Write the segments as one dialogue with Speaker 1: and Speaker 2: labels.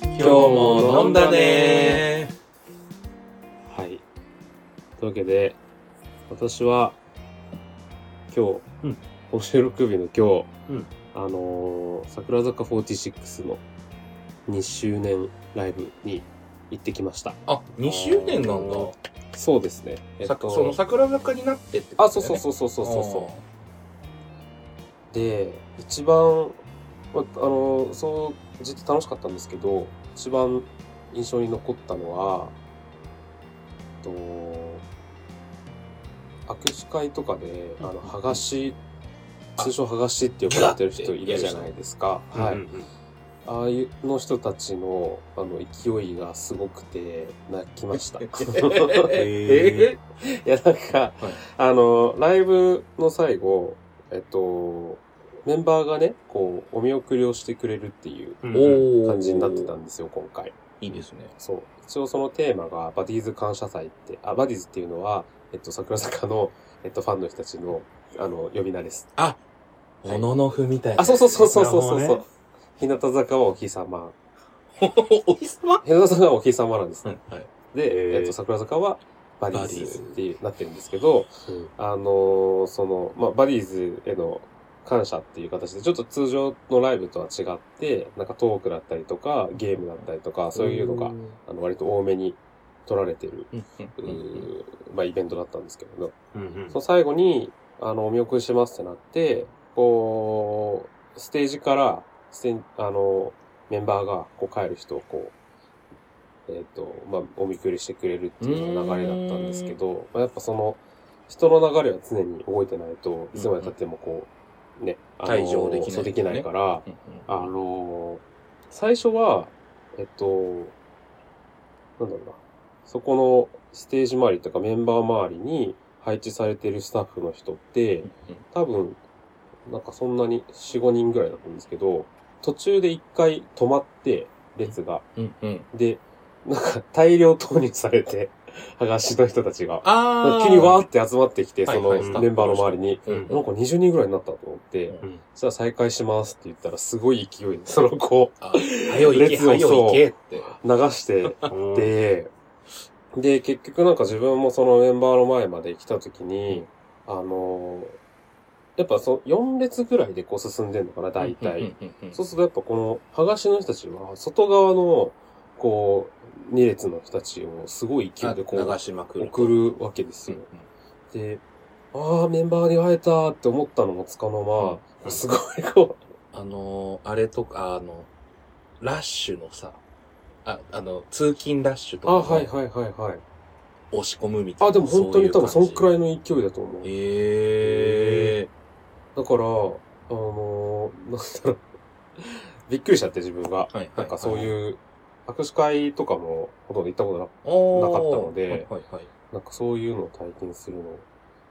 Speaker 1: 今日も飲んだね
Speaker 2: はい。というわけで、私は、今日、
Speaker 1: うん
Speaker 2: お収録日の今
Speaker 1: う
Speaker 2: 日、
Speaker 1: ん
Speaker 2: あのー桜坂46の2周年ライブに行ってきました。
Speaker 1: あ、2周年なんだ。
Speaker 2: そうですね。えっ
Speaker 1: さ
Speaker 2: と、
Speaker 1: その桜坂になってって
Speaker 2: あ、そうそう
Speaker 1: う
Speaker 2: そうそうそうそう
Speaker 1: あ
Speaker 2: そう。で、一番、まああのーそう、ずっと楽しかったんですけど、一番印象に残ったのは、えっと、握手会とかで、あ
Speaker 1: うん
Speaker 2: の、はがし、
Speaker 1: あ
Speaker 2: 通称はがしって呼ばれてる人いるじゃないですか。
Speaker 1: ー
Speaker 2: はい。
Speaker 1: うんうんうん
Speaker 2: ああいうの人たちの、あの、勢いがすごくて、泣き ました。
Speaker 1: えー
Speaker 2: いや、なんか、
Speaker 1: はい
Speaker 2: あの、ライブの最後、えっと、メンバーがね、こう、お見送りをしてくれるっていう
Speaker 1: おー
Speaker 2: 感じになってたんですよ、今回。
Speaker 1: いいですね。
Speaker 2: そう。一応そのテーマが、バディーズ感謝祭って、あ、バディーズっていうのは、えっと、桜坂の、えっと、ファンの人たちの、あの、呼び名です。はい
Speaker 1: おののふみたいな。
Speaker 2: あ、そうそうそうそうそうそう
Speaker 1: なる
Speaker 2: そう、
Speaker 1: ほどね
Speaker 2: 日向坂はお日様。
Speaker 1: お日様
Speaker 2: 日向坂はお日様なんです。
Speaker 1: はい。はいへ
Speaker 2: で、
Speaker 1: ー
Speaker 2: えっと、桜坂は、バディ
Speaker 1: バディ
Speaker 2: ー
Speaker 1: ーズ
Speaker 2: ズっていう、なってるんですけど、あのーその、まあ、バディーズへの感謝っていう形で、ちょっと通常のライブとは違って、なんかトークだったりとか、ゲームだったりとか、そういうのが、あの、割と多めに取られてる、
Speaker 1: うんう
Speaker 2: うん
Speaker 1: うん
Speaker 2: ーまあ、イベントだったんですけどね。
Speaker 1: うんうん
Speaker 2: その最後に、あの、お見送りしますってなって、こう、ステージから、ステあの、メンバーが、こう、帰る人をこう、えっ、と、まあ、お見送りしてくれるっていう流れだったんですけど、まあ、やっぱその、人の流れは常に動いてないと、いつまで経ってもこう、ね、あの
Speaker 1: 退場できない
Speaker 2: そうできないから、
Speaker 1: うん
Speaker 2: あの、最初は、えっと、なんだろうな。そこのステージ周りとかメンバー周りに配置されてるスタッフの人って、多分、なんかそんなに4、5人ぐらいだったんですけど、途中で一回止まって、列が。
Speaker 1: うんうん。
Speaker 2: で、なんか大量投入されて、はがしの人たちが。
Speaker 1: ああ。
Speaker 2: 急にわーって集まってきて、
Speaker 1: はい
Speaker 2: そ
Speaker 1: はい
Speaker 2: のメンバーの周りに。
Speaker 1: うん
Speaker 2: なんか20人ぐらいになったと思って、
Speaker 1: うん
Speaker 2: じゃあ再開しますって言ったらすごい勢いで、その子を
Speaker 1: あはよ行け、
Speaker 2: 列を
Speaker 1: はよ行けって。
Speaker 2: 流してで、で、結局なんか自分もそのメンバーの前まで来た時に、あのーやっぱその4列ぐらいでこう進んでんのかな、大体。
Speaker 1: うんうんうんうん
Speaker 2: そうするとやっぱこの、はがしの人たちは、外側の、こう、2列の人たちをすごい勢いでこ
Speaker 1: あ流
Speaker 2: う、
Speaker 1: しまくる。
Speaker 2: 送るわけです
Speaker 1: うん
Speaker 2: よ。で、ああ、メンバーに会えたって思ったのもつかの間、
Speaker 1: うん
Speaker 2: すごいこ
Speaker 1: あのー、あれとか、あの、ラッシュのさ、あ、あの、通勤ラッシュ
Speaker 2: う、
Speaker 1: と
Speaker 2: あ
Speaker 1: か
Speaker 2: あ、
Speaker 1: の、
Speaker 2: はいはいはいはい。
Speaker 1: 押し込むみたいな。
Speaker 2: あ、でも本当に多分そんくら
Speaker 1: い
Speaker 2: いの勢いだと思う
Speaker 1: う感。じ。へえ
Speaker 2: だから、あのーなんだろう、 びっくりしちゃって自分が。
Speaker 1: ー。はいはい。
Speaker 2: なんかそう
Speaker 1: う、
Speaker 2: いう、握手会とかもほとんど行ったことなく、
Speaker 1: な
Speaker 2: なかったので
Speaker 1: はいはいはい。
Speaker 2: なんかそういうのを体験するの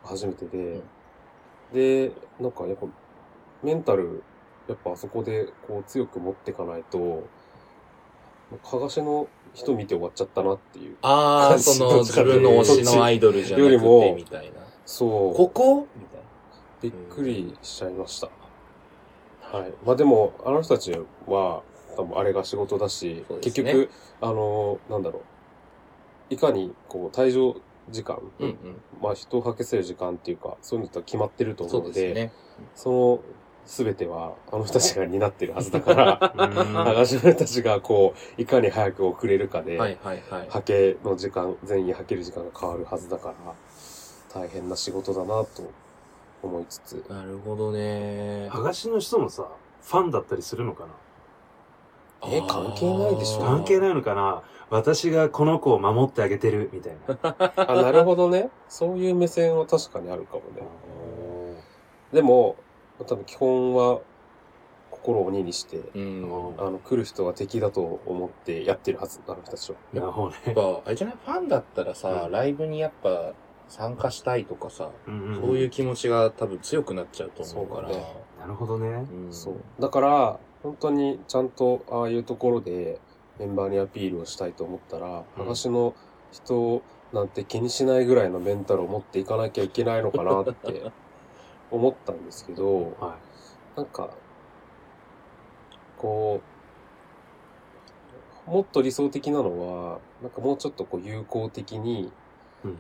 Speaker 2: 初めてで
Speaker 1: ん、
Speaker 2: で、なんかやっぱ、メンタル、やっぱあそこでこう強く持っていかないと、かがしの人見て終わっちゃったなっていう。
Speaker 1: あー、
Speaker 2: 感じ
Speaker 1: その、
Speaker 2: どっちか
Speaker 1: 自
Speaker 2: っていう
Speaker 1: 分の推しのアイドルじゃなく
Speaker 2: より
Speaker 1: て、
Speaker 2: も
Speaker 1: みたいな。
Speaker 2: そう。
Speaker 1: ここみたい
Speaker 2: びっくりしちゃいました。はい。まあでも、あの人たちは、多分あれが仕事だし、
Speaker 1: そうです
Speaker 2: 結
Speaker 1: ね
Speaker 2: 局、あの、なんだろう。いかに、こう、退場時間、
Speaker 1: な。うん
Speaker 2: まあ人をはけせる時間っていうか、そういうのとは決まってると
Speaker 1: うん。そ
Speaker 2: 思う
Speaker 1: う
Speaker 2: の
Speaker 1: です
Speaker 2: で、
Speaker 1: ね。
Speaker 2: その、すべては、あの人たちが担ってるはずだから、
Speaker 1: は
Speaker 2: 私の人たちが、こう、いかに早く遅れるかで、
Speaker 1: いはいはい。
Speaker 2: はけの時間、全員はける時間が変わるはずだから、大変な仕事だなと思いつつ、
Speaker 1: なるほどね。
Speaker 3: はがしの人もさ、ファンだったりするのか
Speaker 2: え関係ないでしょ
Speaker 3: な関係
Speaker 1: い。
Speaker 3: ないのかな私がこの子を守ってあげてる、みたい な。
Speaker 2: あ、なるほどね。そういう目線は確かにあるかもね。でも、多分基本は心を鬼にして、
Speaker 1: うん。
Speaker 2: あの、来る人は敵だと思ってやってるはず、あの人たちは。
Speaker 3: なるほど
Speaker 1: やっ
Speaker 3: ね。
Speaker 1: ぱ、あれじゃないファンだったらさ、
Speaker 3: うん
Speaker 1: ライブにやっぱ参加したいとかさ、
Speaker 3: うんんん
Speaker 1: そういう。気持ちが多分強くなっちゃうと思うから。
Speaker 2: そうだね
Speaker 3: なるほどね。
Speaker 1: うん
Speaker 2: そう。だから、本当にちゃんとああいうところでメンバーにアピールをしたいと思ったら、
Speaker 3: うん
Speaker 2: 話の人なんて気にしないぐらいのメンタルを持っていかなきゃいけないのかなって思ったんですけど、
Speaker 3: は
Speaker 2: なんか、こう、もっと理想的なのは、なんかもうちょっとこう友好的に、
Speaker 3: うん。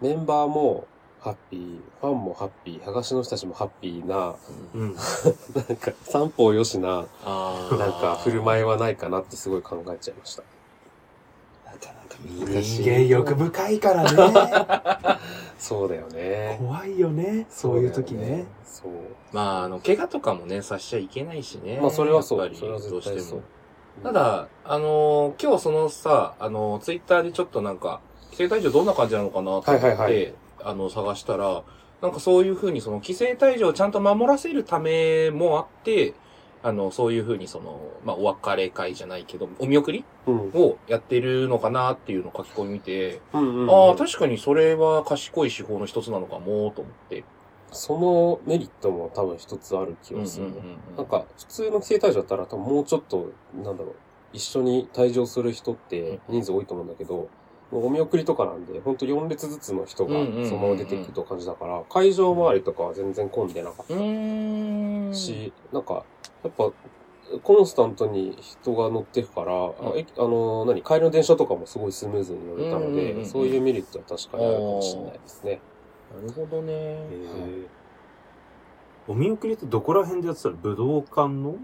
Speaker 2: メンバーもハッピー、ファンもハッピー、剥がしの人たちもハッピーな、
Speaker 1: うん
Speaker 3: うん。
Speaker 2: なんか三方よしな、
Speaker 1: あ
Speaker 2: なんか振る
Speaker 1: い。
Speaker 2: 舞いはないかなってすごい考えちゃいました。
Speaker 1: なかなか
Speaker 3: 人
Speaker 1: 難しい。
Speaker 3: 間欲深 いから
Speaker 2: そうだよね
Speaker 3: ね。。怖いよね。そういう時ね。。
Speaker 2: そう。
Speaker 1: まあ、あの、怪我とかもね、さしちゃいけないしね。
Speaker 2: まあそれはそう
Speaker 1: やっぱり
Speaker 2: それは
Speaker 1: どう
Speaker 2: 絶対
Speaker 1: して
Speaker 2: そう
Speaker 1: も。た、だ、あのー今日そのさ、あのーツイッターでちょっとなんか、規制退場どんな感じなのかなと思って、
Speaker 2: はいはいはい
Speaker 1: あの、探したら、なんかそういうふうにその、規制退場をちゃんと守らせるためもあって、あの、そういうふうにその、まあ、お別れ会じゃないけど、お見送り
Speaker 2: うん。
Speaker 1: をやってるのかなっていうのを書き込み見て、
Speaker 2: うんうん、
Speaker 1: ああ、
Speaker 2: か
Speaker 1: 確かにそれは賢い手法の一つなのかも、と思って。
Speaker 2: そのメリットも多分一つある気がするね、なんか、普通の規制退場だったら多分もうちょっと、なんだろう、一緒に退場する人って人数多いと思うんだけど、もうお見送りとかなんで、ほんと4列ずつの人が
Speaker 1: うんうんうんうん
Speaker 2: そのまま出ていくと感じだから、会場周りとかは全然混んでなかっ
Speaker 1: うーん。
Speaker 2: たし、なんか、やっぱ、コンスタントに人が乗ってくから、あ
Speaker 1: うん
Speaker 2: 駅あの、何、帰りの電車とかもすごいスムーズに乗れたの
Speaker 1: うんうんうんう
Speaker 2: で、
Speaker 1: ん
Speaker 2: そういうメリットは確かにあるかもしれないですね。
Speaker 1: なるほどね。
Speaker 3: へーお見送りってどこら辺でやってたの武道館の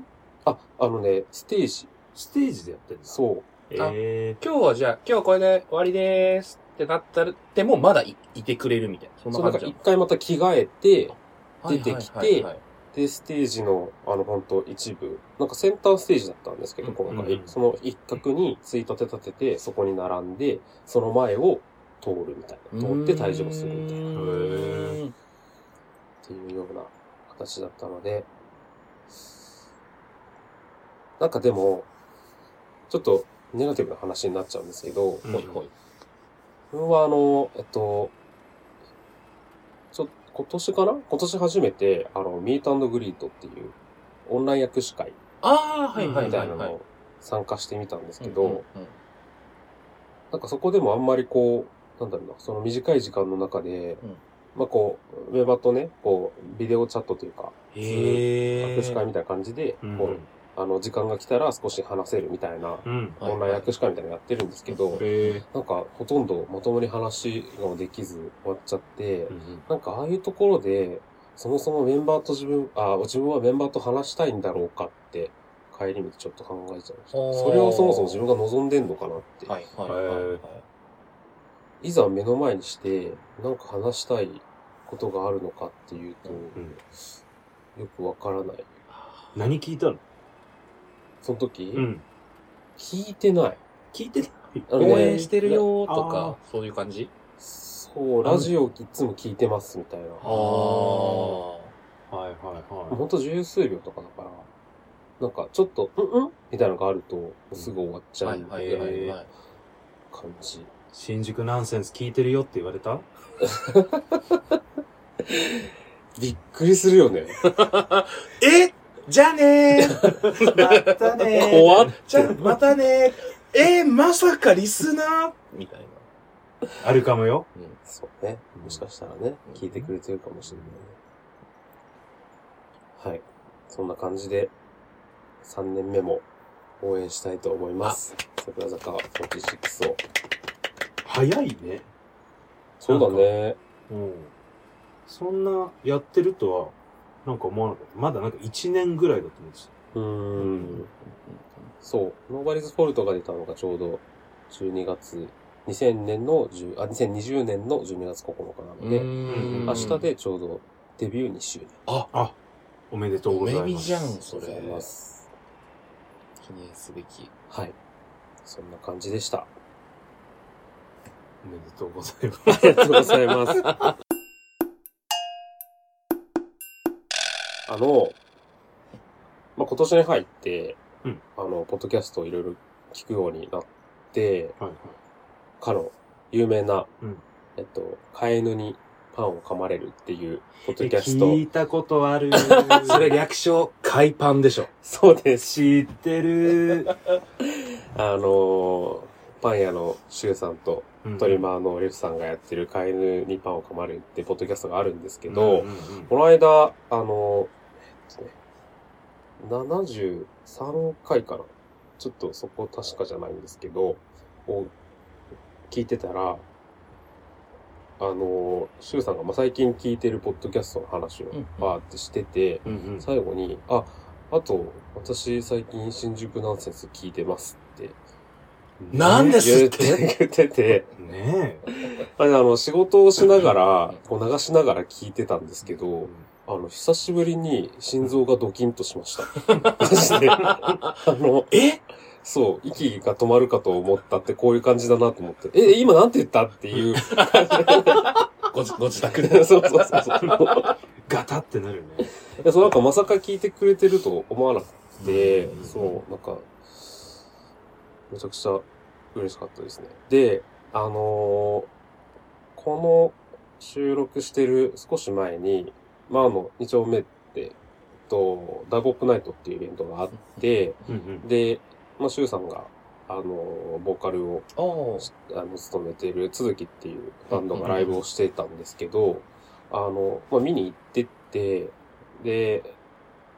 Speaker 2: あ、あのね、ステージ、
Speaker 3: ステージでやってんだ。
Speaker 2: そう、
Speaker 1: あ
Speaker 3: え
Speaker 1: 今日はじゃあ、今日はこれで終わりでーすってなったら、でもまだいいてくれるみたいな。そんな
Speaker 2: そうなん
Speaker 1: 感
Speaker 2: か
Speaker 1: じ
Speaker 2: 一回また着替えて、
Speaker 1: はいはいはいはい
Speaker 2: 出てきで、ステージの、あの、本当一部、なんかセンターステージだったんですけど、
Speaker 1: うん
Speaker 2: 今回、
Speaker 3: うん
Speaker 2: その一角についたて立てて、そこに並んで、その前を通るみたいな。通って退場するみたいな、っ
Speaker 1: う
Speaker 3: へ
Speaker 1: ーん
Speaker 2: ていうような形だったので、なんかでも、ちょっとネガティブな話になっちゃうんですけど、
Speaker 3: うん
Speaker 1: ほいほい。
Speaker 2: 自分はあの、えっと、ちょ、今年かな今年初めて、あの、ミートグリートっていう、オンライン握手会
Speaker 1: ああ、はいはいは
Speaker 2: みたい
Speaker 1: い
Speaker 2: な
Speaker 1: はい
Speaker 2: の。を参加してみたんです
Speaker 1: う
Speaker 2: け
Speaker 1: んうん
Speaker 2: ど、なんかそこでもあんまりこう、なんだろうな、その短い時間の中で
Speaker 1: うん、
Speaker 2: まあこう、メバとね、こう、ビデオチャットというか、
Speaker 1: うんへえ。
Speaker 2: 握手会みたいな感じで、
Speaker 3: うん
Speaker 2: こう、あの、時間が来たら少し話せるみたいな、
Speaker 3: うん。
Speaker 1: はい
Speaker 2: オンライン握手会みたいなのやってるんですけど、
Speaker 3: え
Speaker 2: なんかほとんどまともに話ができず終わっちゃって
Speaker 3: う、ん。
Speaker 2: なんかああいうところで、そもそもメンバーと自分、あ、自分はメンバーと話したいんだろうかって、帰り道ちょっと考えちゃいました。
Speaker 1: おー
Speaker 2: それをそもそも自分が望んでんのかなって。
Speaker 1: はいはいはいはい
Speaker 3: へ。
Speaker 2: い、ざ目の前にして、なんか話したいことがあるのかっていうと、
Speaker 3: うん
Speaker 2: よくわからない。
Speaker 3: 何聞いたの
Speaker 2: その時、
Speaker 3: うん。
Speaker 2: 聞いてない。
Speaker 3: 聞いてない。
Speaker 2: あのね
Speaker 1: 応援してるよーと
Speaker 3: あ
Speaker 1: か
Speaker 3: ー、
Speaker 1: そういう感じ
Speaker 2: そう、ラジオいつも聞いてますみたいな。
Speaker 1: あ
Speaker 2: ほ
Speaker 1: ー
Speaker 3: はいはい
Speaker 2: んと十数秒とかだから、なんかちょっと、うんうんみたいなのがあると、すぐ終わっちゃ
Speaker 1: は
Speaker 2: う
Speaker 1: い
Speaker 2: ぐら
Speaker 1: はいい
Speaker 2: の
Speaker 1: はいはい。
Speaker 2: 感じ。
Speaker 3: 新宿ナンセンス聞いてるよって言われた
Speaker 2: びっくりするよね。
Speaker 1: えじゃあねー
Speaker 3: またねー
Speaker 2: 怖っ
Speaker 1: じゃあまたねーえー、まさかリスナーみたいな。
Speaker 3: あるかもよ。
Speaker 2: そうね。もしかしたらね、聞いてくれてるかもしれないね。はい。そんな感じで、3年目も応援したいと思います。桜坂46を。
Speaker 3: 早いね。
Speaker 2: そうだね。
Speaker 3: うん。そんなやってるとは、なんか思わなかった。まだなんか1年ぐらいだと思ってた。
Speaker 2: うーん。そう。ノーバリズ・フォルトが出たのがちょうど12月、2000年の10、あ、2020年の12月9日なので、
Speaker 1: ん
Speaker 2: 明日でちょうどデビュー2周年
Speaker 3: あ、おめでとうございます。
Speaker 1: おめでじゃんそれ
Speaker 2: でございます。
Speaker 1: 記念すべき。
Speaker 2: はい。そんな感じでした。
Speaker 3: おめでとうござい ます。
Speaker 2: ありがとうございます。 あの、まあ、今年に入って、
Speaker 3: うん
Speaker 2: あの、ポッドキャストをいろいろ聞くようになって、
Speaker 3: はいはい。
Speaker 2: かの有名な、
Speaker 3: うん
Speaker 2: えっと、飼い犬にパンを噛まれるっていうポッドキャス
Speaker 3: 聞
Speaker 2: ト
Speaker 3: い。たことある。
Speaker 1: それ略称、海パンでしょ。
Speaker 2: そうです。
Speaker 3: 知ってる。
Speaker 2: あの、パン屋のシュウさんと
Speaker 3: うん
Speaker 2: トリマーのレフさんがやってる飼い犬にパンを噛まれるってポッドキャストがあるんですけど、
Speaker 3: うんうんうん
Speaker 2: この間、あの、えっとね、73回かなちょっとそこ確かじゃないんですけど、を聞いてたら、あの、シュウさんがまあ最近聞いてるポッドキャストの話を
Speaker 1: うん
Speaker 2: バーってしてて、
Speaker 3: うんうん。
Speaker 2: 最後に、あ、あと、私最近新宿ナンセンス聞いてますって
Speaker 1: なんです
Speaker 2: 言
Speaker 1: っ
Speaker 2: ってて、言ってて、
Speaker 3: ねえ。
Speaker 2: あれあの、仕事をしながら、こう流しながら聞いてたんですけど、あの、久しぶりに心臓がドキンとしました。マジで。あの、
Speaker 1: え
Speaker 2: そう、息が止まるかと思ったってこういう感じだなと思って、え、今なんて言ったっていう。
Speaker 1: ご自ご自宅
Speaker 2: そ
Speaker 1: で。
Speaker 2: うそうそうそう。
Speaker 3: ガタってなるよね。
Speaker 2: いやそうなんかまさか聞いてくれてると思わなくて
Speaker 1: う、ん
Speaker 2: そう、なんか、めちゃくちゃ嬉しかったですね。で、あのーこの収録してる少し前に、まあ、あの、2丁目って、えっと、ダーゴップナイトっていうイベントがあって、
Speaker 3: うんうん。
Speaker 2: で、まあ、シュウさんが、あのーボーカルを
Speaker 1: おー
Speaker 2: あの、勤めている続きっていうバンドがライブをしてたんですけど、あの、まあ、見に行ってって、で、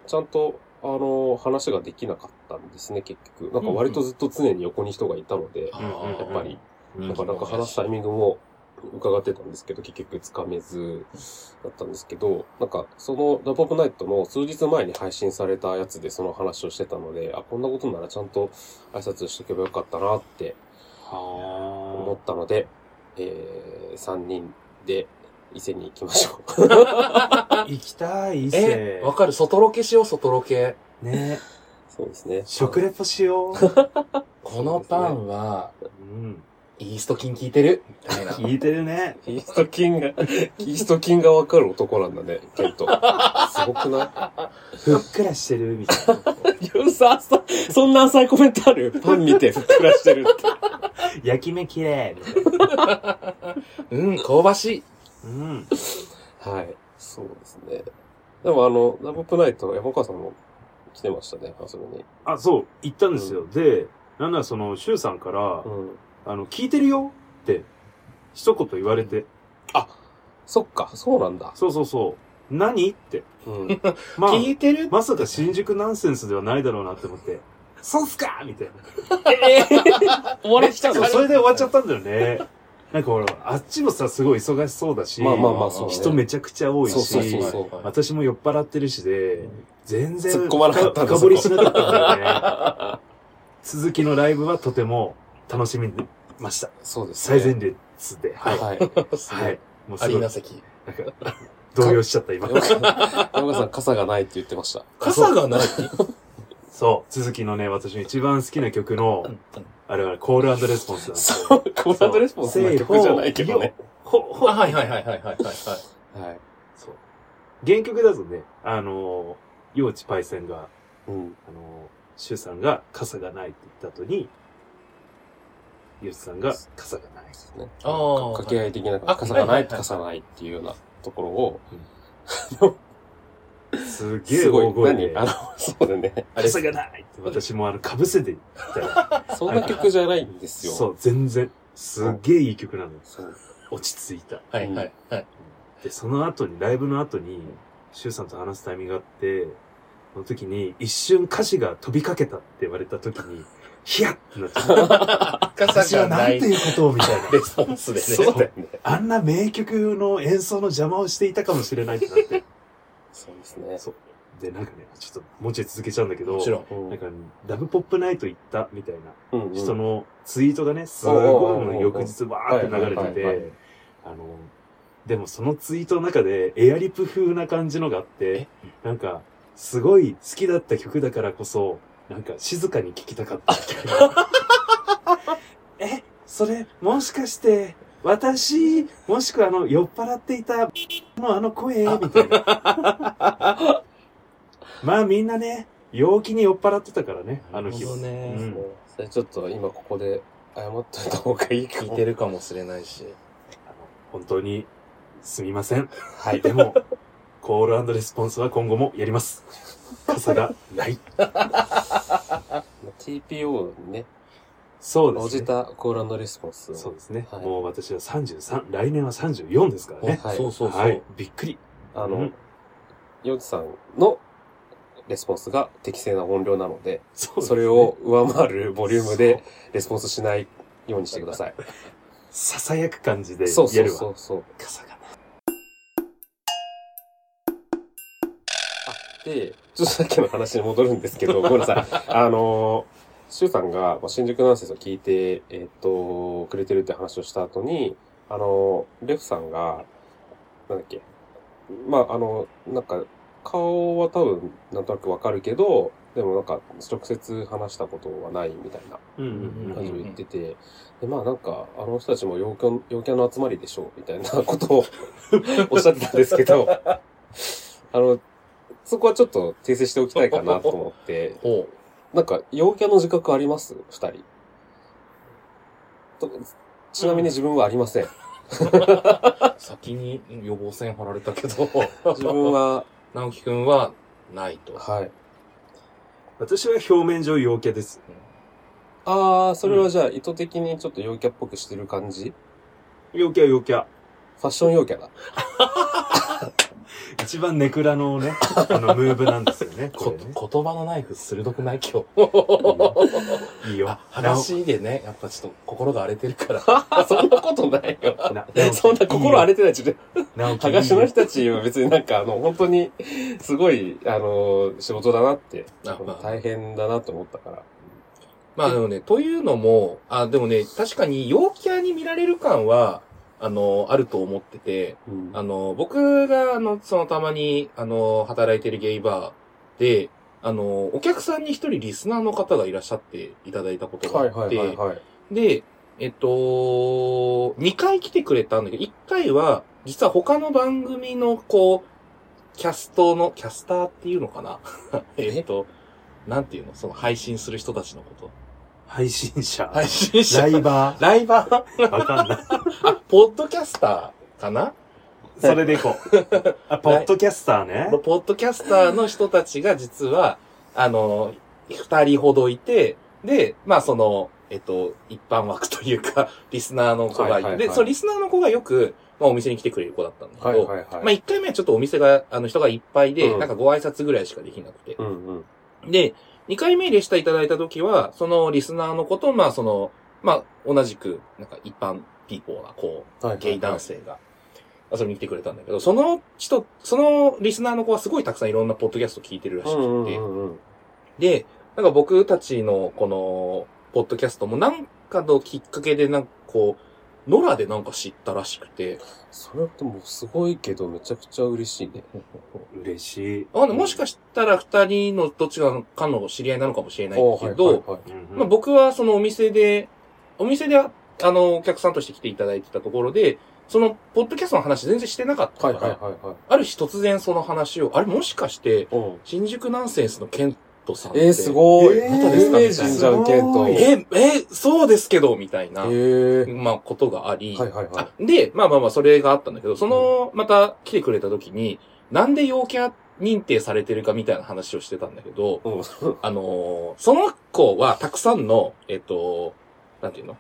Speaker 2: ちゃんと、あの、話ができなかったんですね、結局。なんか割とずっと常に横に人がいたので、
Speaker 1: あー
Speaker 2: やっぱり、
Speaker 3: うん
Speaker 2: なんかなんか話すタイミングも伺ってたんですけど、結局つかめずだったんですけど、なんかそのラブオブナイトの数日前に配信されたやつでその話をしてたので、あ、こんなことならちゃんと挨拶しとけばよかったなって思
Speaker 3: は
Speaker 2: ったので、えー、3人で伊勢に行きましょ
Speaker 3: あ。行きたい、伊勢
Speaker 1: え。わかる外ロケしよう、外ロケ。
Speaker 3: ねえ。
Speaker 2: う。そうですね。
Speaker 3: 食レポしよう。
Speaker 1: このパンは、
Speaker 3: うん。
Speaker 1: イースト菌効いてる。み たいな。
Speaker 3: 聞いてるね。
Speaker 2: キリスト菌が、キリスト菌がわかる男なんだね、ケント。すごくな
Speaker 3: ふっくらしてるみたいな。
Speaker 2: いユーザーさん、そんな浅いコメントあるパン見てふっくらしてるって。
Speaker 3: 焼き目綺麗みたいな。
Speaker 1: うん、香ばしい。
Speaker 3: うん。
Speaker 2: はい。そうですね。でもあの、ラブプナイト、山川さんも来てましたね、遊びに。
Speaker 3: あ、そう、行ったんですよ。で、なんならその、シュウさんから
Speaker 2: う、ん。
Speaker 3: あの、聞いてるよって、一言言われて。
Speaker 2: そっか、そうなんだ。
Speaker 3: そうそうそう。何って。
Speaker 2: うん。
Speaker 3: まあ、
Speaker 1: いてる
Speaker 3: まさか新宿ナンセンスではないだろうなって思って。そうっすかみたいな。
Speaker 2: 終わらした
Speaker 3: そう、それで終わっちゃったんだよね。なんかほら、あっちもさ、すごい忙しそうだし、
Speaker 2: まあまあまあ、そう、ね。
Speaker 3: 人めちゃくちゃ多いし、
Speaker 2: そうそうそうそう。
Speaker 3: 私も酔っ払ってるしで、全然
Speaker 2: 突っ込まなかったんだ
Speaker 3: 深掘りしなかったんだよね。 続きのライブはとても楽しみました。
Speaker 2: そうですね。
Speaker 3: 最前列で。はい。
Speaker 2: はい。
Speaker 3: はい。もう
Speaker 1: ア
Speaker 3: す
Speaker 1: リー
Speaker 3: ごい
Speaker 1: ナ、席。
Speaker 3: なんか、動揺しちゃった今。
Speaker 2: 山川さん、傘がないって言ってました。
Speaker 1: 傘がない。
Speaker 3: そう、続きのね、私の一番好きな曲の、あれはコールレスポンスなんですよ。
Speaker 2: そう、コーランドレスポンスな曲じゃないけどね。
Speaker 3: ほ、ほ、
Speaker 1: あ、はいはいはいはいはいはいはい。
Speaker 2: はい。
Speaker 3: そう。原曲だとね、あのー、幼稚パイセンが、
Speaker 2: うん。
Speaker 3: あのー、シュウさんが傘がないって言った後に、ヨシさんが傘がない。
Speaker 2: ね、
Speaker 1: あー
Speaker 2: 掛け合い的な
Speaker 1: あ
Speaker 2: 傘がな
Speaker 1: はいはい
Speaker 2: い、
Speaker 1: はい
Speaker 2: 傘がないっていうようなところを、
Speaker 3: すげえ
Speaker 2: すご
Speaker 3: 大
Speaker 2: い、
Speaker 3: 声で
Speaker 2: 何あ、の、 そうだね。
Speaker 1: あれ
Speaker 3: 傘がないって私もあの、被せていったら、
Speaker 2: そんな曲じゃないんですよ。。
Speaker 3: そうう、全然、すげえいい曲なの。
Speaker 2: そう。
Speaker 3: 落ち着いた。
Speaker 1: はいはいはい。
Speaker 3: で、その後に、ライブの後に、シュウさんと話すタイミングがあって、その時に、一瞬歌詞が飛びかけたって言われた時に、ヒヤッってな っちゃった。私はなんていうことをみたいな。
Speaker 1: レスポンスでね。
Speaker 2: そうだよね。
Speaker 3: あんな名曲の演奏の邪魔をしていたかもしれないってな って。
Speaker 2: そうですね。
Speaker 3: そう。で、なんかね、ちょっと、もうちょい続けちゃうんだけど、
Speaker 1: もちろん。
Speaker 2: うん
Speaker 3: なんか、ラブポップナイト行ったみたいな
Speaker 2: うんうん
Speaker 3: 人のツイートがね、すごい
Speaker 2: おうおうおうお
Speaker 3: の
Speaker 2: う
Speaker 3: 翌日わーって流
Speaker 2: はいはい
Speaker 3: れて
Speaker 2: はいは
Speaker 3: て、あの、でもそのツイートの中でエアリプ風な感じのがあって、なんか、すごい好きだった曲だからこそ、なんか静かに聴きたかったみたいな。え、それ、もしかして、私、もしくはあの、酔っ払っていた、のあの声、みたいな。まあみんなね、陽気に酔っ払ってたからね、あの日は。
Speaker 1: なるほどね
Speaker 3: うん
Speaker 2: そうそれちょっと今ここで謝っといた方がいいか
Speaker 1: 聞
Speaker 2: も
Speaker 1: いてるかもしれないし。
Speaker 3: あの本当にすみません。
Speaker 2: はい。
Speaker 3: でも、コールレスポンスは今後もやります。傘がない。
Speaker 2: TPO にね、
Speaker 3: そうで
Speaker 2: 応
Speaker 3: す
Speaker 2: じ
Speaker 3: ね。
Speaker 2: たコーランドレスポンスを。
Speaker 3: そうですね。
Speaker 2: はい
Speaker 3: もう私は33、来年は34ですからね。
Speaker 2: は い
Speaker 1: そうそうそう。
Speaker 3: はい。びっくり。
Speaker 2: あ
Speaker 3: う
Speaker 2: の
Speaker 3: ん、
Speaker 2: ヨウジさんのレスポンスが適正な音量なので、
Speaker 3: そうですね
Speaker 2: それを上回るボリュームでレスポンスしないようにしてください。
Speaker 3: 囁く感じで
Speaker 2: そう
Speaker 3: 言
Speaker 2: そ
Speaker 3: え
Speaker 2: う
Speaker 3: るわ。
Speaker 2: そうそう。
Speaker 3: ガサガ
Speaker 2: で、ちょっとさっきの話に戻るんですけ ど、ごめんなさい。あのー、シュウさんがまあ新宿ナンセンスを聞いて、えっと、くれてるって話をした後に、あのー、レフさんが、なんだっけ、まあ、あの、なんか、顔は多分、なんとなくわかるけど、でもなんか、直接話したことはないみたいな
Speaker 3: うんうんう
Speaker 2: 感じを
Speaker 3: ん。
Speaker 2: 言ってて、で、まあなんか、あの人たちも陽キャ陽キャの集まりでしょう、みたいなことをおっしゃってたんですけ ど、あの、そこはちょっと訂正しておきたいかなと思って、
Speaker 1: ほ
Speaker 2: なんか、陽キャの自覚あります二人と。ちなみに自分はありま せん。
Speaker 1: う。先に予防線張られたけど、
Speaker 2: 自分は、
Speaker 1: 直樹くんはないと。
Speaker 2: はい。
Speaker 3: 私は表面上陽キャです。
Speaker 2: ああ、それはじゃあ意図的にちょっと陽キャっぽくしてる感じ
Speaker 3: 陽キャ陽キャ。
Speaker 2: ファッション陽キャだ。
Speaker 3: 一番ネクラ のね、あの、ムーブなんですよね。こ
Speaker 1: こ
Speaker 3: れね。
Speaker 1: 言葉のナイフ鋭くない今日。
Speaker 3: いいよ。
Speaker 1: 話でね、やっぱちょっと心が荒れてる から。
Speaker 2: そんなことないよ。
Speaker 3: な
Speaker 2: そんな心荒
Speaker 3: れ
Speaker 2: れてない自分
Speaker 3: 直樹
Speaker 2: 剥
Speaker 3: いいよ
Speaker 2: がしの人たちは別になんかあの、本当に、すごい、あの、仕事だなって、
Speaker 1: あまあ
Speaker 2: 大変だなと思ったから。
Speaker 1: まあでもね、というのも、あ、でもね、確かに陽キャに見られる感は、あの、あると思ってて、
Speaker 2: うん
Speaker 1: あの、僕が、あの、そのたまに、あの、働いてるゲイバーで、あの、お客さんに一人リスナーの方がいらっしゃっていただいたことがあ
Speaker 2: は
Speaker 1: っ
Speaker 2: い
Speaker 1: て、
Speaker 2: はいはいはい。
Speaker 1: で、えっと、2回来てくれたんだけど、1回は、実は他の番組の、こう、キャストの、キャスターっていうのかな えっと、なんていうのその配信する人たちのこと。
Speaker 3: 配信者。
Speaker 1: 配信者
Speaker 3: ラ。イバ
Speaker 1: ライバー
Speaker 3: ー。わかんない。
Speaker 1: あ、ポッドキャスターかな
Speaker 3: それでいこう。あ、ポッドキャスターね。
Speaker 1: ポッドキャスターの人たちが実は、あの、二人ほどいて、で、まあその、えっと、一般枠というか、 リスナーの子がいて、
Speaker 2: はいはいはい
Speaker 1: で、そのリスナーの子がよく、まあお店に来てくれる子だったんだけど、
Speaker 2: はいはいはい。
Speaker 1: まあ一回目はちょっとお店が、あの人がいっぱいで、
Speaker 2: うん
Speaker 1: なんかご挨拶ぐらいしかできなくて。
Speaker 2: うんうん。
Speaker 1: で、二回目でしたいただいた時は、そのリスナーの子と、まあその、まあ同じく、なんか一般ピーポーな、こう、
Speaker 2: はい
Speaker 1: ゲイ男。性が遊びに来てくれたんだけど、その人、そのリスナーの子はすごいたくさんいろんなポッドキャスト聞いてるらし
Speaker 2: う
Speaker 1: くて、
Speaker 2: んうんうんうん。
Speaker 1: で、なんか僕たちのこの、ポッドキャストもなんかのきっかけでなんかこう、ノラでなんか知ったらしくて、
Speaker 2: それってもうすごいけど、めちゃくちゃ嬉しいね。
Speaker 3: 嬉しい。
Speaker 1: あもしかしたら二人のどっちかの知り合いなのかもしれない
Speaker 2: お
Speaker 1: け
Speaker 2: ー
Speaker 1: ど、
Speaker 2: はい
Speaker 3: うんうん
Speaker 1: まあ、僕はそのお店で、お店で、あの、お客さんとして来ていただいてたところで、その、ポッドキャストの話全然してなかった
Speaker 2: は
Speaker 1: か
Speaker 2: い
Speaker 1: ら、
Speaker 2: はいはいはい。
Speaker 1: ある日突然その話を、あれもしかして、
Speaker 2: うん。
Speaker 1: 新宿ナンセンスのケントさんって。
Speaker 2: えー、すごい。
Speaker 3: えー
Speaker 2: 有名人じゃん、ケント。
Speaker 3: すごい
Speaker 1: え、え、そうですけど、みたいな、
Speaker 2: えー。
Speaker 1: まあ、ことがあり、
Speaker 2: はいはいはい
Speaker 1: あ。で、まあまあまあ、それがあったんだけど、その、また来てくれた時に、なんで陽キャ認定されてるかみたいな話をしてたんだけど、
Speaker 2: うん。
Speaker 1: あのーその子はたくさんの、えっ、と、なんていうの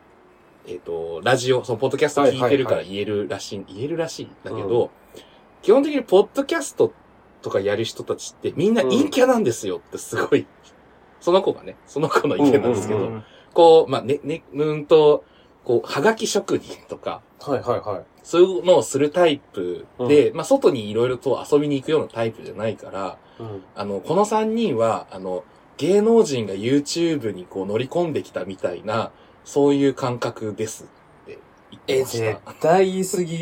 Speaker 1: えっ、と、ラジオ、その、ポッドキャスト聞いてるから
Speaker 2: は
Speaker 1: 言えるらしい、言えるらしいんだけど、基本的にポッドキャストとかやる人たちってみんな陰キャなんですよってすごい、 その子がね、その子の意見なんですけど、
Speaker 2: うんうん
Speaker 1: こう、まあ、ね、ね、うーんと、こう、はがき職人とか、
Speaker 2: はいはいはい。
Speaker 1: そういうのをするタイプで、まあ、外にいろいろと遊びに行くようなタイプじゃないから、
Speaker 2: うん。
Speaker 1: あの、この3人は、あの、芸能人が YouTube にこう乗り込んできたみたいな、そういう感覚ですって言って
Speaker 2: え、
Speaker 1: まし
Speaker 2: 絶
Speaker 1: た。
Speaker 2: 対言い過ぎ。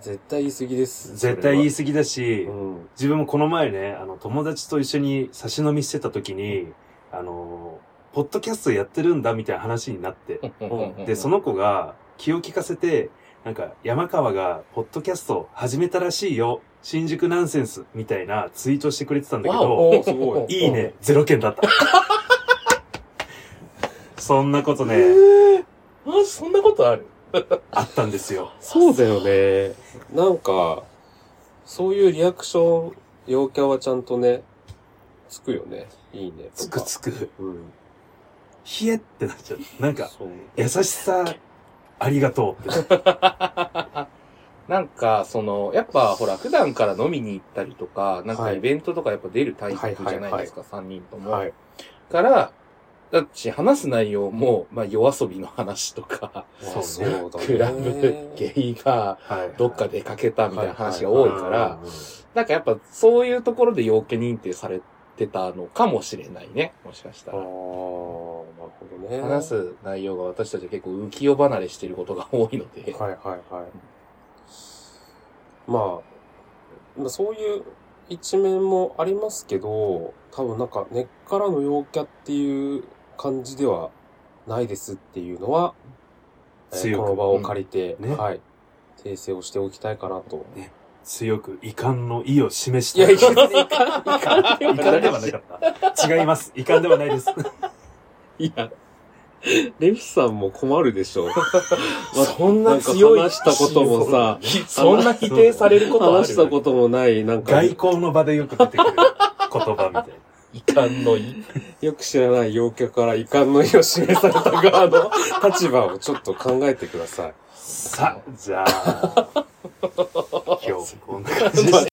Speaker 2: 絶対言い過ぎです。
Speaker 3: 絶対言い
Speaker 2: 過
Speaker 3: 過ぎだし、
Speaker 2: うん。
Speaker 3: 自分もこの前ね、あの、友達と一緒に差し飲みしてた時に、あの、ポッドキャストやってるんだみたいな話になって、で、そ
Speaker 1: の、
Speaker 3: の子が気を利かせて、なんか、山川がポッドキャスト始めたらしいよ、新宿ナンセンスみたいなツイートしてくれてたんだけ
Speaker 1: わ
Speaker 3: ど、
Speaker 2: おー、すごい。
Speaker 3: いいね、ゼロ件だった。 そんなこと
Speaker 1: え
Speaker 3: ね、
Speaker 1: ー、あ、そんなことある
Speaker 3: あったんですよ。
Speaker 2: そうだよね。なんか、そういうリアクション、陽キャはちゃんとね、つくよね。いいね。
Speaker 3: つくつく、
Speaker 2: く。うん。
Speaker 3: 冷えってなっちゃう。なんか、
Speaker 2: そう。
Speaker 3: 優しさ、ありがとうって。
Speaker 1: なんか、その、やっぱほら、普段から飲みに行ったりとか、なんか
Speaker 2: はい
Speaker 1: イベントとかやっぱ出るタイ
Speaker 2: はい
Speaker 1: プ
Speaker 2: はい
Speaker 1: じゃ
Speaker 2: はい
Speaker 1: ないですか、3人とも。
Speaker 2: はい。
Speaker 1: から、だっち話す内容も、まあ夜遊びの話とか、
Speaker 3: そう
Speaker 2: そう
Speaker 3: ね
Speaker 2: だね。
Speaker 1: クラブ、ゲイバ
Speaker 3: はい
Speaker 1: ー、どっか出かけたみたいな話が多
Speaker 2: 多
Speaker 1: いから、、なんかやっぱそういうところで陽気認定されてたのかもしれないね、もしかした
Speaker 2: ああ、なる
Speaker 1: ら。
Speaker 2: ほどね。
Speaker 1: 話す内容が私たちは結構浮世離れしてることが多いの で、
Speaker 2: はいはいはい。まあ、まあ、そういう一面もありますけど、多分なんか根っからの陽キャっていう感じではないですっていうのは、えー
Speaker 3: 強く
Speaker 2: この場を借りて、
Speaker 3: うんね
Speaker 2: はい、訂正をしておきたいかなと。
Speaker 3: 強く遺憾の意を示
Speaker 2: い
Speaker 3: した
Speaker 2: や、
Speaker 3: い。
Speaker 2: いかん、いかん、いかんで
Speaker 3: 遺
Speaker 2: は
Speaker 3: 憾では
Speaker 2: な
Speaker 3: ないかった。違います。遺憾ではない です。
Speaker 2: いや、レフさんも困るでしょう。まあ
Speaker 1: そん
Speaker 2: な
Speaker 1: なん
Speaker 2: か
Speaker 1: 強い
Speaker 2: 話したこともさ、
Speaker 1: そんな否定されることある
Speaker 2: 話したこともない、なんか、
Speaker 3: 外交の場でよく出てくる言葉みたいな。
Speaker 1: 遺憾の意。
Speaker 2: よく知らない陽キャから遺憾の意を示された側の立場をちょっと考えてください。
Speaker 3: さあ、じゃあ、今日こん な感じでした。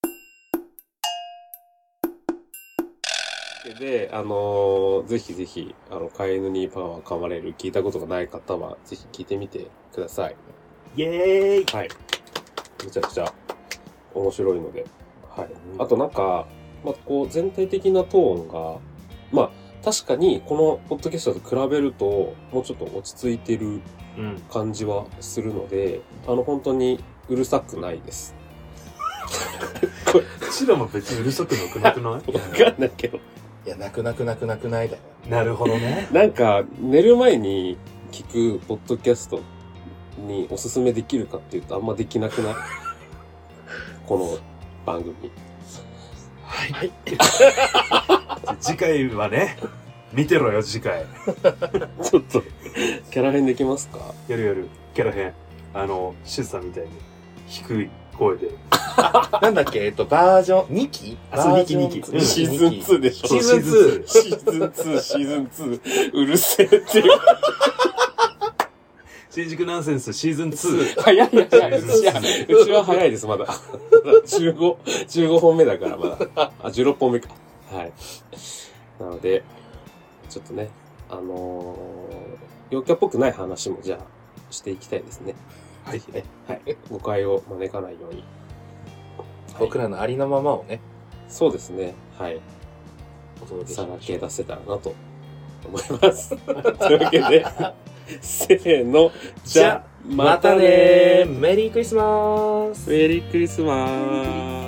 Speaker 2: で、あのーぜひぜひ、あの、飼い犬にパンは噛まれる、聞いたことがない方は、ぜひ聞いてみてください。
Speaker 3: イェーイ
Speaker 2: はい。めちゃくちゃ面白いので。はい。あとなんか、まあ、こう、全体的なトーンが、まあ、確かに、このポッドキャストと比べると、もうちょっと落ち着いてる
Speaker 3: うん。
Speaker 2: 感じはするので、あの、本当にうるさくないです。
Speaker 3: シロも別にうるさくなくなくな
Speaker 2: わかんないけど。
Speaker 1: いや、泣く泣く泣く泣くないだよ。
Speaker 3: いなるほどね。
Speaker 2: なんか、寝る前に聞くポッドキャストにおすすめできるかっていうと、あんまできなく ないこの番組。
Speaker 3: はい。 次回はね、見てろよ、次回。
Speaker 2: ちょっと、キャラ変できますか
Speaker 3: やるやる、キャラ編。あの、シュウさんみたいに、低い声で。
Speaker 1: なんだっけ、えっと、バージョン2期
Speaker 3: あそう
Speaker 1: バージョン
Speaker 3: 二期
Speaker 1: ツ
Speaker 3: うん
Speaker 1: ー
Speaker 2: シーズン2でしょ
Speaker 1: シーズン2
Speaker 2: シーズン2、シーズン2、うるせえっていう。
Speaker 3: 新宿ナンセンスシーズン2。
Speaker 2: 早い早い。
Speaker 3: シーズ
Speaker 2: い
Speaker 3: ン
Speaker 2: や、
Speaker 3: 2
Speaker 2: うちは早いです、まだ。15、15本目だから、まだ。あ、16本目か。はい。なので、ちょっとね、あのー、陽キャっぽくない話も、じゃあ、していきたいですね。
Speaker 3: はい。
Speaker 2: ねはい。誤解を招かないように。
Speaker 1: 僕らのありのままをね、
Speaker 2: そうですね。はい。
Speaker 1: お届けし
Speaker 2: さら
Speaker 1: ましょ
Speaker 2: け
Speaker 1: う
Speaker 2: 出せたらなと思い ます。というわけで、せーの、じゃあ、
Speaker 1: またねーメリークリスマス
Speaker 2: メリークリスマス